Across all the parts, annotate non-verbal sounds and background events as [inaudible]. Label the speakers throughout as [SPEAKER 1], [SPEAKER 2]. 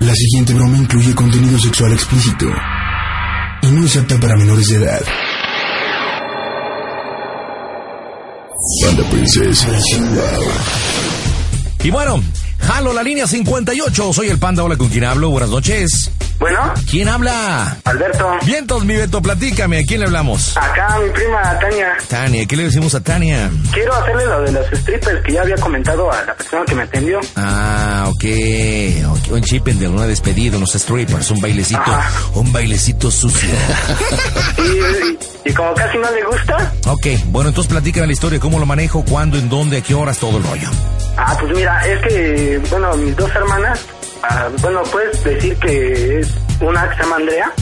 [SPEAKER 1] La siguiente broma incluye contenido sexual explícito y no es apta para menores de edad. Panda Princess
[SPEAKER 2] Y bueno, jalo la línea 58. Soy el Panda. Hola, ¿con quién hablo? Buenas noches.
[SPEAKER 3] Bueno,
[SPEAKER 2] ¿Quién habla?
[SPEAKER 3] Alberto,
[SPEAKER 2] Vientos, mi Beto, platícame. ¿A quién le hablamos?
[SPEAKER 3] acá mi prima Tania,
[SPEAKER 2] Tania. ¿Qué le decimos a Tania?
[SPEAKER 3] quiero hacerle lo de los strippers que ya había comentado a la persona que me atendió.
[SPEAKER 2] Ah, ok. Ok, Un chippendale, una despedida, unos strippers, un bailecito,
[SPEAKER 3] Ajá.
[SPEAKER 2] un bailecito sucio.
[SPEAKER 3] Y, y- y como casi no le gusta,
[SPEAKER 2] ok, bueno, entonces platícame la historia, cómo lo manejo, cuándo, en dónde, a qué horas, todo el rollo.
[SPEAKER 3] ah, pues mira, es que, bueno, mis dos hermanas, ah, bueno, puedes decir que es una que se llama Andrea,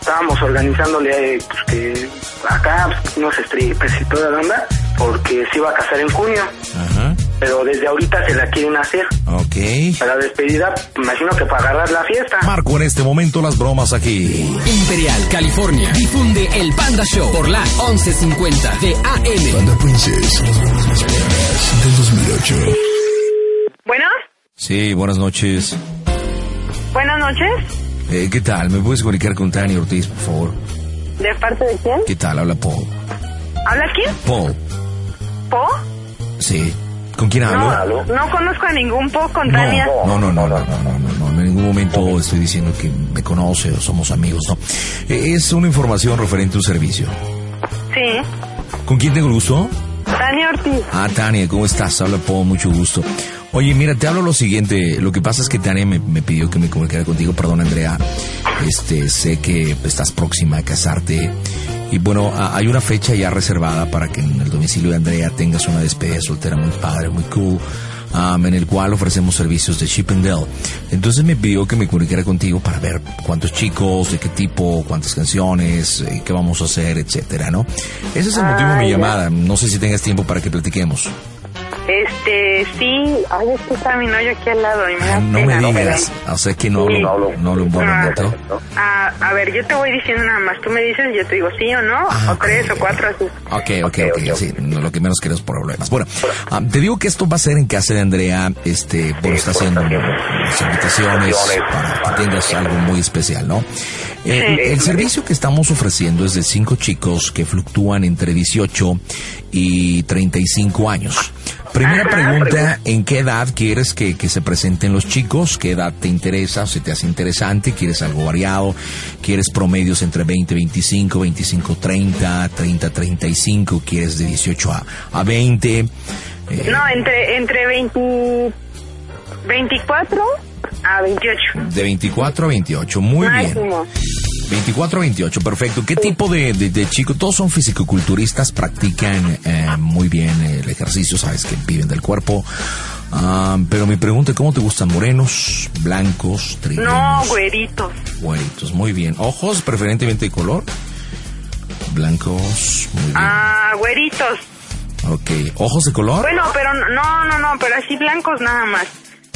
[SPEAKER 3] estábamos organizándole, eh, pues que acá, pues, unos strippers y toda la onda, porque se iba a casar en junio,
[SPEAKER 2] Ajá.
[SPEAKER 3] pero desde ahorita se la quieren hacer.
[SPEAKER 2] Ok.
[SPEAKER 3] Para despedida, imagino que para agarrar la fiesta.
[SPEAKER 2] Marco en este momento las bromas aquí.
[SPEAKER 4] Imperial, California. Difunde el Panda Show por la 1150 de AM.
[SPEAKER 1] Panda Princess, las bromas más claras del 2008.
[SPEAKER 5] Bueno,
[SPEAKER 2] Sí, buenas noches.
[SPEAKER 5] buenas noches.
[SPEAKER 2] Eh, ¿Qué tal? ¿Me puedes comunicar con Tania Ortiz, por favor?
[SPEAKER 5] ¿De parte de quién?
[SPEAKER 2] ¿Qué tal? Habla Paul.
[SPEAKER 5] ¿Habla quién?
[SPEAKER 2] Paul.
[SPEAKER 5] ¿Po?
[SPEAKER 2] Sí. ¿Con quién hablo?
[SPEAKER 5] No, no conozco a ningún Po con Tania.
[SPEAKER 2] No, no, no, no, no, no, no, no, en ningún momento estoy diciendo que me conoce o somos amigos, no. Eh, Es una información referente a un servicio.
[SPEAKER 5] Sí.
[SPEAKER 2] ¿Con quién tengo el gusto?
[SPEAKER 5] Tania Ortiz.
[SPEAKER 2] Ah, Tania, ¿cómo estás? Habla Paul, mucho gusto. Oye, mira, te hablo lo siguiente. Lo que pasa es que Tania me, me pidió que me comunicara contigo. Perdón, Andrea. Este, sé que estás próxima a casarte. Y bueno, a- hay una fecha ya reservada para que en el domicilio de Andrea tengas una despedida soltera muy padre, muy cool. am, um, en el cual ofrecemos servicios de Chip and Dale. Entonces me pidió que me comunicara contigo para ver cuántos chicos, de qué tipo, cuántas canciones, eh, qué vamos a hacer, etcétera, ¿no? Ese es el motivo de mi
[SPEAKER 5] Ay, Ah, ya.
[SPEAKER 2] llamada. No sé si tengas tiempo para que platiquemos.
[SPEAKER 5] Este, sí. Ay, es que está mi novio aquí al lado y me da
[SPEAKER 2] No me
[SPEAKER 5] pena.
[SPEAKER 2] digas. O sea que no
[SPEAKER 5] Ah, Sí.
[SPEAKER 2] hablo, no hablo en buen
[SPEAKER 5] Ah.
[SPEAKER 2] momento.
[SPEAKER 5] Ah, a ver, yo te voy diciendo nada más. Tú me dices y yo te digo sí o no,
[SPEAKER 2] Ah,
[SPEAKER 5] o tres o cuatro así.
[SPEAKER 2] Ok, ok, ok, sí, no, lo que menos queremos problemas. Bueno, ah, te digo que esto va a ser en casa de Andrea, este, bueno, está haciendo las invitaciones para que tengas algo muy especial, ¿no? Eh, el servicio que estamos ofreciendo es de cinco chicos que fluctúan entre 18 y 35 años. Primera pregunta, ¿en qué edad quieres que, que se presenten los chicos? ¿Qué edad te interesa o se te hace interesante? ¿Quieres algo variado? ¿Quieres promedios entre 20, 25, 25, 30, 30, 35? ¿Quieres de 18 a, a 20? Eh,
[SPEAKER 5] No, entre, entre 20 24 a 28.
[SPEAKER 2] de 24 a 28, muy bien.
[SPEAKER 5] máximo.
[SPEAKER 2] 24 a 28, perfecto. ¿Qué tipo de, de, de chico? Todos son fisicoculturistas, practican eh, muy bien el ejercicio, sabes que viven del cuerpo. Ah, pero mi pregunta es, ¿cómo te gustan morenos, blancos, trigueños?
[SPEAKER 5] No, güeritos.
[SPEAKER 2] Güeritos, muy bien. Ojos, preferentemente de color. Blancos, muy bien.
[SPEAKER 5] Ah, güeritos.
[SPEAKER 2] Ok, ojos de color.
[SPEAKER 5] Bueno, pero no, no, no, pero así blancos nada más.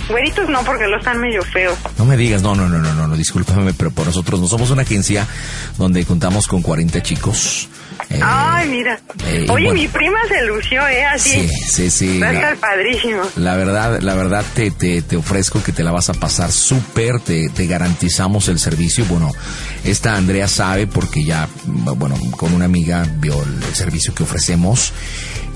[SPEAKER 5] Güeritos no, porque los están medio feos.
[SPEAKER 2] No me digas, no, no, no, no, no, no, discúlpame, pero por nosotros no somos una agencia donde contamos con 40 chicos. Eh,
[SPEAKER 5] Ay, mira.
[SPEAKER 2] eh,
[SPEAKER 5] Oye,
[SPEAKER 2] bueno.
[SPEAKER 5] mi prima se lució, ¿eh? Así.
[SPEAKER 2] sí, sí, sí.
[SPEAKER 5] Va a
[SPEAKER 2] la-
[SPEAKER 5] estar padrísimo.
[SPEAKER 2] La verdad, la verdad te, te, te ofrezco que te la vas a pasar súper, te, te garantizamos el servicio. Bueno, esta Andrea sabe porque ya, bueno, con una amiga vio el, el servicio que ofrecemos.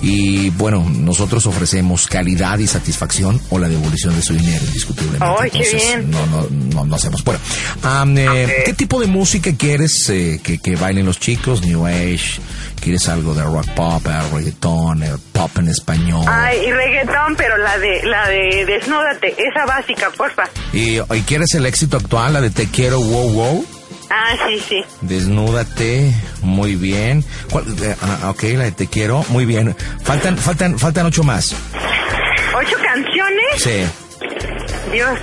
[SPEAKER 2] Y bueno, nosotros ofrecemos calidad y satisfacción o la devolución de su dinero, indiscutiblemente.
[SPEAKER 5] ¡Ay, qué bien!
[SPEAKER 2] No, no, no, no hacemos. Bueno, am, eh, ¿qué tipo de música quieres eh, que, que bailen los chicos? New Age, ¿quieres algo de rock pop, eh, reggaetón, eh, pop en español?
[SPEAKER 5] Ay, y reggaetón, pero la de, la de desnúdate, esa básica, porfa.
[SPEAKER 2] ¿Y, y quieres el éxito actual, la de Te Quiero Wow Wow?
[SPEAKER 5] Ah, sí, sí.
[SPEAKER 2] Desnúdate, muy bien. ¿Cuál? Eh, ah, ok, la de Te Quiero, muy bien. Faltan, faltan, faltan ocho más.
[SPEAKER 5] ¿Ocho canciones?
[SPEAKER 2] Sí.
[SPEAKER 5] Dios.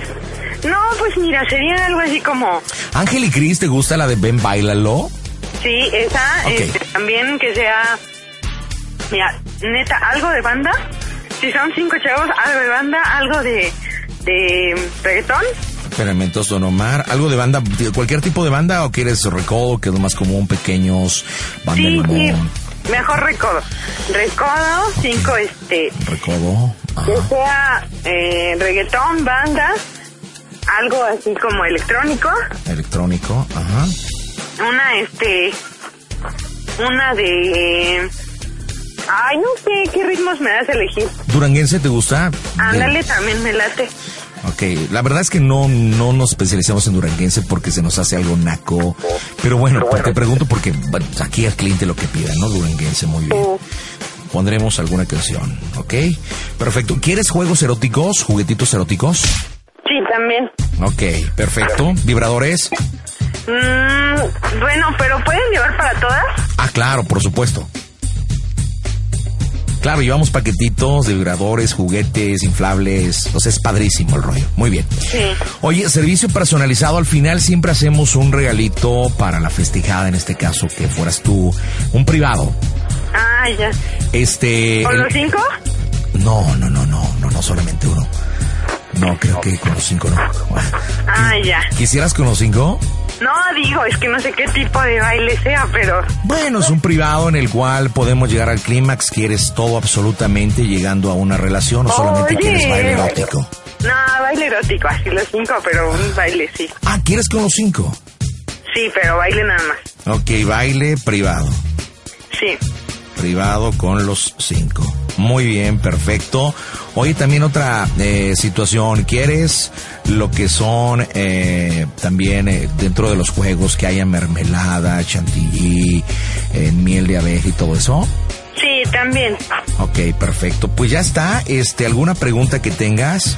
[SPEAKER 5] No, pues mira, sería algo así como,
[SPEAKER 2] Ángel y Cris, ¿te gusta la de Ben Bailalo?
[SPEAKER 5] sí, esa,
[SPEAKER 2] Ok.
[SPEAKER 5] este, también que sea, mira, neta, algo de banda. Si son cinco chavos, algo de banda, algo de, de reggaetón.
[SPEAKER 2] Espérame, entonces, Don Omar, ¿algo de banda, de cualquier tipo de banda o quieres recodo, que es lo más común, pequeños, banda
[SPEAKER 5] Sí,
[SPEAKER 2] de
[SPEAKER 5] sí,
[SPEAKER 2] limón,
[SPEAKER 5] mejor recodo. Recodo, cinco, este,
[SPEAKER 2] recodo?
[SPEAKER 5] que
[SPEAKER 2] Ajá.
[SPEAKER 5] sea eh, reggaetón, banda, algo así como electrónico,
[SPEAKER 2] Electrónico, ajá.
[SPEAKER 5] una este, una de, ay no sé qué ritmos me das a elegir.
[SPEAKER 2] ¿Duranguense te gusta?
[SPEAKER 5] Ándale, también me late.
[SPEAKER 2] Ok, la verdad es que no, no nos especializamos en duranguense porque se nos hace algo naco. Pero bueno, te pregunto porque bueno, pues, aquí al cliente lo que pida, ¿no? Duranguense, muy bien. Pondremos alguna canción, ¿ok? Perfecto. ¿Quieres juegos eróticos, juguetitos eróticos?
[SPEAKER 5] Sí, también.
[SPEAKER 2] Ok, perfecto. ¿Vibradores?
[SPEAKER 5] Mm, bueno, pero pueden llevar para todas.
[SPEAKER 2] Ah, claro, por supuesto. Claro, llevamos paquetitos de vibradores, juguetes, inflables. O sea, es padrísimo el rollo. Muy bien. Oye, servicio personalizado. Al final siempre hacemos un regalito para la festejada, en este caso, que fueras tú. Un privado.
[SPEAKER 5] Ah, ya.
[SPEAKER 2] Este.
[SPEAKER 5] ¿Con
[SPEAKER 2] el-
[SPEAKER 5] los cinco?
[SPEAKER 2] No, no, no, no, no, no, solamente uno. No, creo que con los cinco no.
[SPEAKER 5] Ah, ya.
[SPEAKER 2] ¿Quisieras con los cinco?
[SPEAKER 5] No digo, es que no sé qué tipo de baile sea, pero
[SPEAKER 2] Bueno, es un privado en el cual podemos llegar al clímax, quieres todo absolutamente llegando a una relación o solamente
[SPEAKER 5] Oye.
[SPEAKER 2] quieres baile erótico.
[SPEAKER 5] no, baile erótico, así los cinco, pero un baile sí.
[SPEAKER 2] Ah, ¿quieres con los cinco?
[SPEAKER 5] Sí, pero baile nada más.
[SPEAKER 2] Ok, baile privado.
[SPEAKER 5] Sí.
[SPEAKER 2] Privado con los cinco. Muy bien, perfecto. Oye, también otra eh, situación. ¿Quieres lo que son eh, también eh, dentro de los juegos que haya mermelada, chantilly, eh, miel de abeja y todo eso?
[SPEAKER 5] Sí, también.
[SPEAKER 2] Ok, perfecto. Pues ya está. Este, ¿Alguna pregunta que tengas?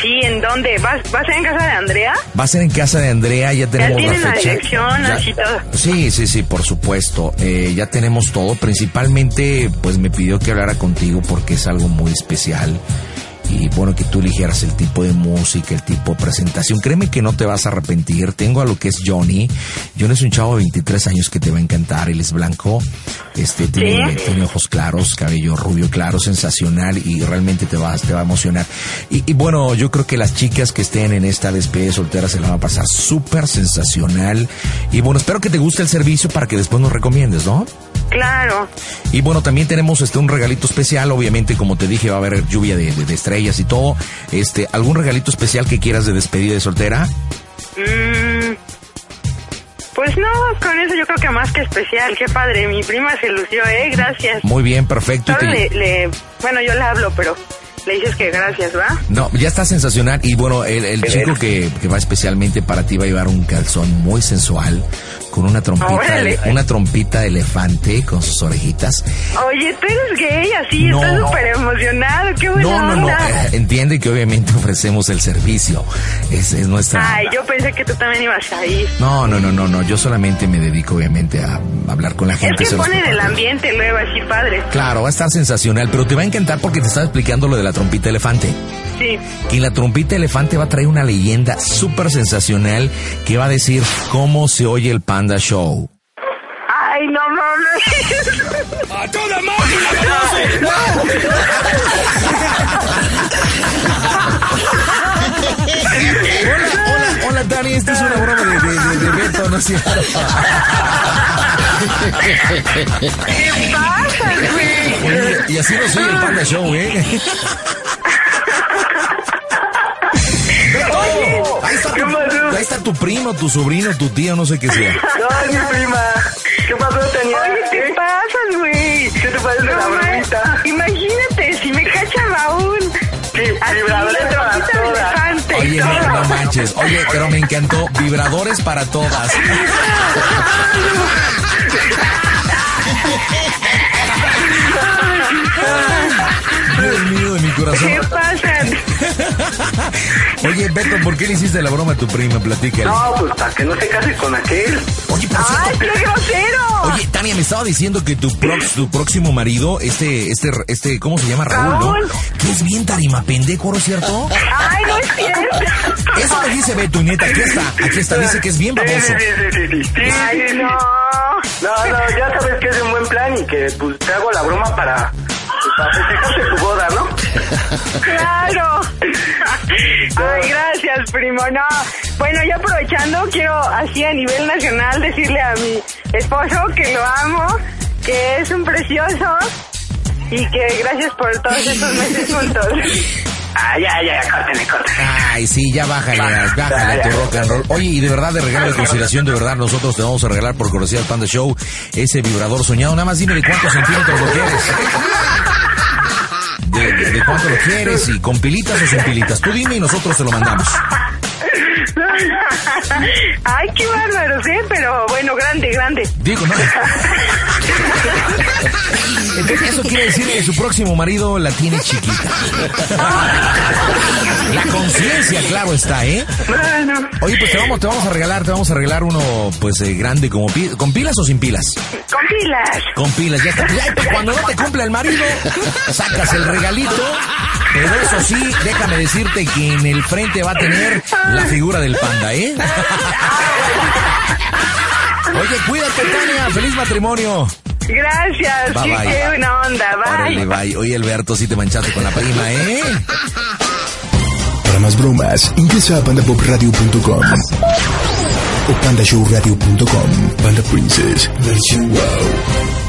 [SPEAKER 5] Sí, ¿en dónde? ¿Vas, vas a ir en casa de Andrea?
[SPEAKER 2] Va a ser en casa de Andrea, ya tenemos
[SPEAKER 5] tienen la
[SPEAKER 2] fecha.
[SPEAKER 5] dirección,
[SPEAKER 2] Ya-
[SPEAKER 5] así todo.
[SPEAKER 2] Sí, sí, sí, por supuesto. Eh, ya tenemos todo. Principalmente, pues me pidió que hablara contigo porque es algo muy especial. Y bueno, que tú eligieras el tipo de música, el tipo de presentación. Créeme que no te vas a arrepentir. Tengo a lo que es Johnny. Johnny es un chavo de 23 años que te va a encantar. Él es blanco. Este, tiene,
[SPEAKER 5] Sí.
[SPEAKER 2] tiene ojos claros, cabello rubio claro, sensacional y realmente te va, te va a emocionar. Y, y bueno, yo creo que las chicas que estén en esta despedida soltera se la van a pasar súper sensacional. Y bueno, espero que te guste el servicio para que después nos recomiendes, ¿no?
[SPEAKER 5] Claro.
[SPEAKER 2] Y bueno, también tenemos este un regalito especial, obviamente, como te dije, va a haber lluvia de, de- de estrellas y todo. Este, ¿algún regalito especial que quieras de despedida de soltera?
[SPEAKER 5] Mm, pues no, con eso yo creo que más que especial. Qué padre, mi prima se lució, ¿eh? Gracias.
[SPEAKER 2] Muy bien, perfecto. Y
[SPEAKER 5] Solo
[SPEAKER 2] te-
[SPEAKER 5] le, le- bueno, yo le hablo, pero le dices que gracias, ¿va?
[SPEAKER 2] No, ya está sensacional. Y bueno, el, el chico que, que va especialmente para ti va a llevar un calzón muy sensual con una trompita, de,
[SPEAKER 5] Órale.
[SPEAKER 2] ele- una trompita de elefante con sus orejitas.
[SPEAKER 5] Oye, tú eres gay, así,
[SPEAKER 2] No,
[SPEAKER 5] estás
[SPEAKER 2] no.
[SPEAKER 5] súper emocionado, qué buena
[SPEAKER 2] No, no, no.
[SPEAKER 5] onda.
[SPEAKER 2] eh, [laughs] entiende que obviamente [laughs] ofrecemos el servicio. Es, es nuestra.
[SPEAKER 5] Ay, yo pensé que tú también ibas a ir.
[SPEAKER 2] No, no, no, no, no. Yo solamente me dedico obviamente a hablar con la
[SPEAKER 5] Es
[SPEAKER 2] gente.
[SPEAKER 5] que
[SPEAKER 2] se los
[SPEAKER 5] ponen el
[SPEAKER 2] comparto.
[SPEAKER 5] ambiente luego así, padre.
[SPEAKER 2] Claro, va a estar sensacional, pero te va a encantar porque te estaba explicando lo de la trompita elefante.
[SPEAKER 5] Sí.
[SPEAKER 2] Y la trompita elefante va a traer una leyenda súper sensacional que va a decir cómo se oye el Panda Show.
[SPEAKER 5] Ay, no, no, no.
[SPEAKER 2] Hola, hola, hola, Dani, esta es una broma de, de, de- de Beto, ¿no es cierto?
[SPEAKER 5] ¿Qué pasa, güey?
[SPEAKER 2] Oye, Y así no soy el Panda Show, ¿eh?
[SPEAKER 5] [laughs]
[SPEAKER 2] Beto, ahí está,
[SPEAKER 3] ¿Qué pasó?
[SPEAKER 2] tu, ahí está tu primo, tu sobrino, tu tío, no sé qué sea.
[SPEAKER 3] No, es mi prima. ¿Qué pasó, Tania?
[SPEAKER 5] Oye, ¿qué
[SPEAKER 3] ¿Eh?
[SPEAKER 5] pasas, güey?
[SPEAKER 3] ¿Qué te parece la
[SPEAKER 5] No, ma-
[SPEAKER 3] bromita?
[SPEAKER 5] Imagínate, si me cacha Baúl.
[SPEAKER 3] Sí,
[SPEAKER 5] Así,
[SPEAKER 3] vibradores
[SPEAKER 5] la
[SPEAKER 3] para
[SPEAKER 5] trompita de
[SPEAKER 3] todas.
[SPEAKER 5] elefante,
[SPEAKER 2] Oye, no,
[SPEAKER 5] todo.
[SPEAKER 2] no manches. Oye, pero me encantó. Vibradores para todas. Dios mío de mi corazón.
[SPEAKER 5] ¿Qué pasa?
[SPEAKER 2] Oye, Beto, ¿por qué le hiciste la broma a tu prima? Platícale.
[SPEAKER 3] No, pues para que no se case con aquel.
[SPEAKER 2] Oye, por
[SPEAKER 5] ¡Ay,
[SPEAKER 2] cierto.
[SPEAKER 5] qué grosero!
[SPEAKER 2] Oye, Tania, me estaba diciendo que tu, prox- tu próximo marido, este, este, este, ¿cómo se llama? Raúl, ¿no?
[SPEAKER 5] Raúl.
[SPEAKER 2] Que es bien tarima pendejo, ¿no es cierto?
[SPEAKER 5] ¡Ay, no es cierto!
[SPEAKER 2] se ve tu nieta. Aquí está, aquí está. Dice que es bien
[SPEAKER 3] Sí,
[SPEAKER 2] baboso.
[SPEAKER 3] sí, sí, sí, sí, sí, sí,
[SPEAKER 5] Ay,
[SPEAKER 3] sí, sí.
[SPEAKER 5] no.
[SPEAKER 3] No, no, ya sabes que es un buen plan y que pues te hago la broma para, pues, para festejarte tu boda, ¿no?
[SPEAKER 2] [laughs]
[SPEAKER 5] Claro. Ay, gracias, primo. No. Bueno, yo aprovechando, quiero así a nivel nacional decirle a mi esposo que lo amo, que es un precioso y que gracias por todos estos meses juntos. [laughs]
[SPEAKER 3] Ah, ya, ya, ya, córtale, córtale.
[SPEAKER 2] Ay, sí, ya bájale, bájale tu rock and roll. Oye, y de verdad, de regalo de consideración, de verdad, nosotros te vamos a regalar por cortesía del Panda Show ese vibrador soñado. Nada más dime de cuántos centímetros lo quieres. De, de- de cuánto lo quieres y con pilitas o sin pilitas. Tú dime y nosotros te lo mandamos.
[SPEAKER 5] Ay, qué bárbaros, ¿eh? Pero bueno, grande, grande.
[SPEAKER 2] Digo, ¿no? Entonces, eso quiere decir que su próximo marido la tiene chiquita. La conciencia, claro está, ¿eh?
[SPEAKER 3] Bueno,
[SPEAKER 2] Oye, pues te vamos, te vamos a regalar, te vamos a regalar uno, pues, eh, grande, como pi- ¿con pilas o sin pilas?
[SPEAKER 5] Con pilas.
[SPEAKER 2] Con pilas, ya está. Ya, pues, cuando no te cumpla el marido, sacas el regalito. Pero eso sí, déjame decirte que en el frente va a tener la figura del panda, ¿eh? Oye, cuídate, Tania. Feliz matrimonio.
[SPEAKER 5] Gracias.
[SPEAKER 2] Bye,
[SPEAKER 5] qué,
[SPEAKER 2] bye.
[SPEAKER 5] qué buena onda. Bye.
[SPEAKER 2] Órale, bye. Oye, Alberto, sí te manchaste con la prima, ¿eh?
[SPEAKER 1] Para más bromas, ingresa a pandapopradio.com o pandashowradio.com. Panda Princess, versión wow.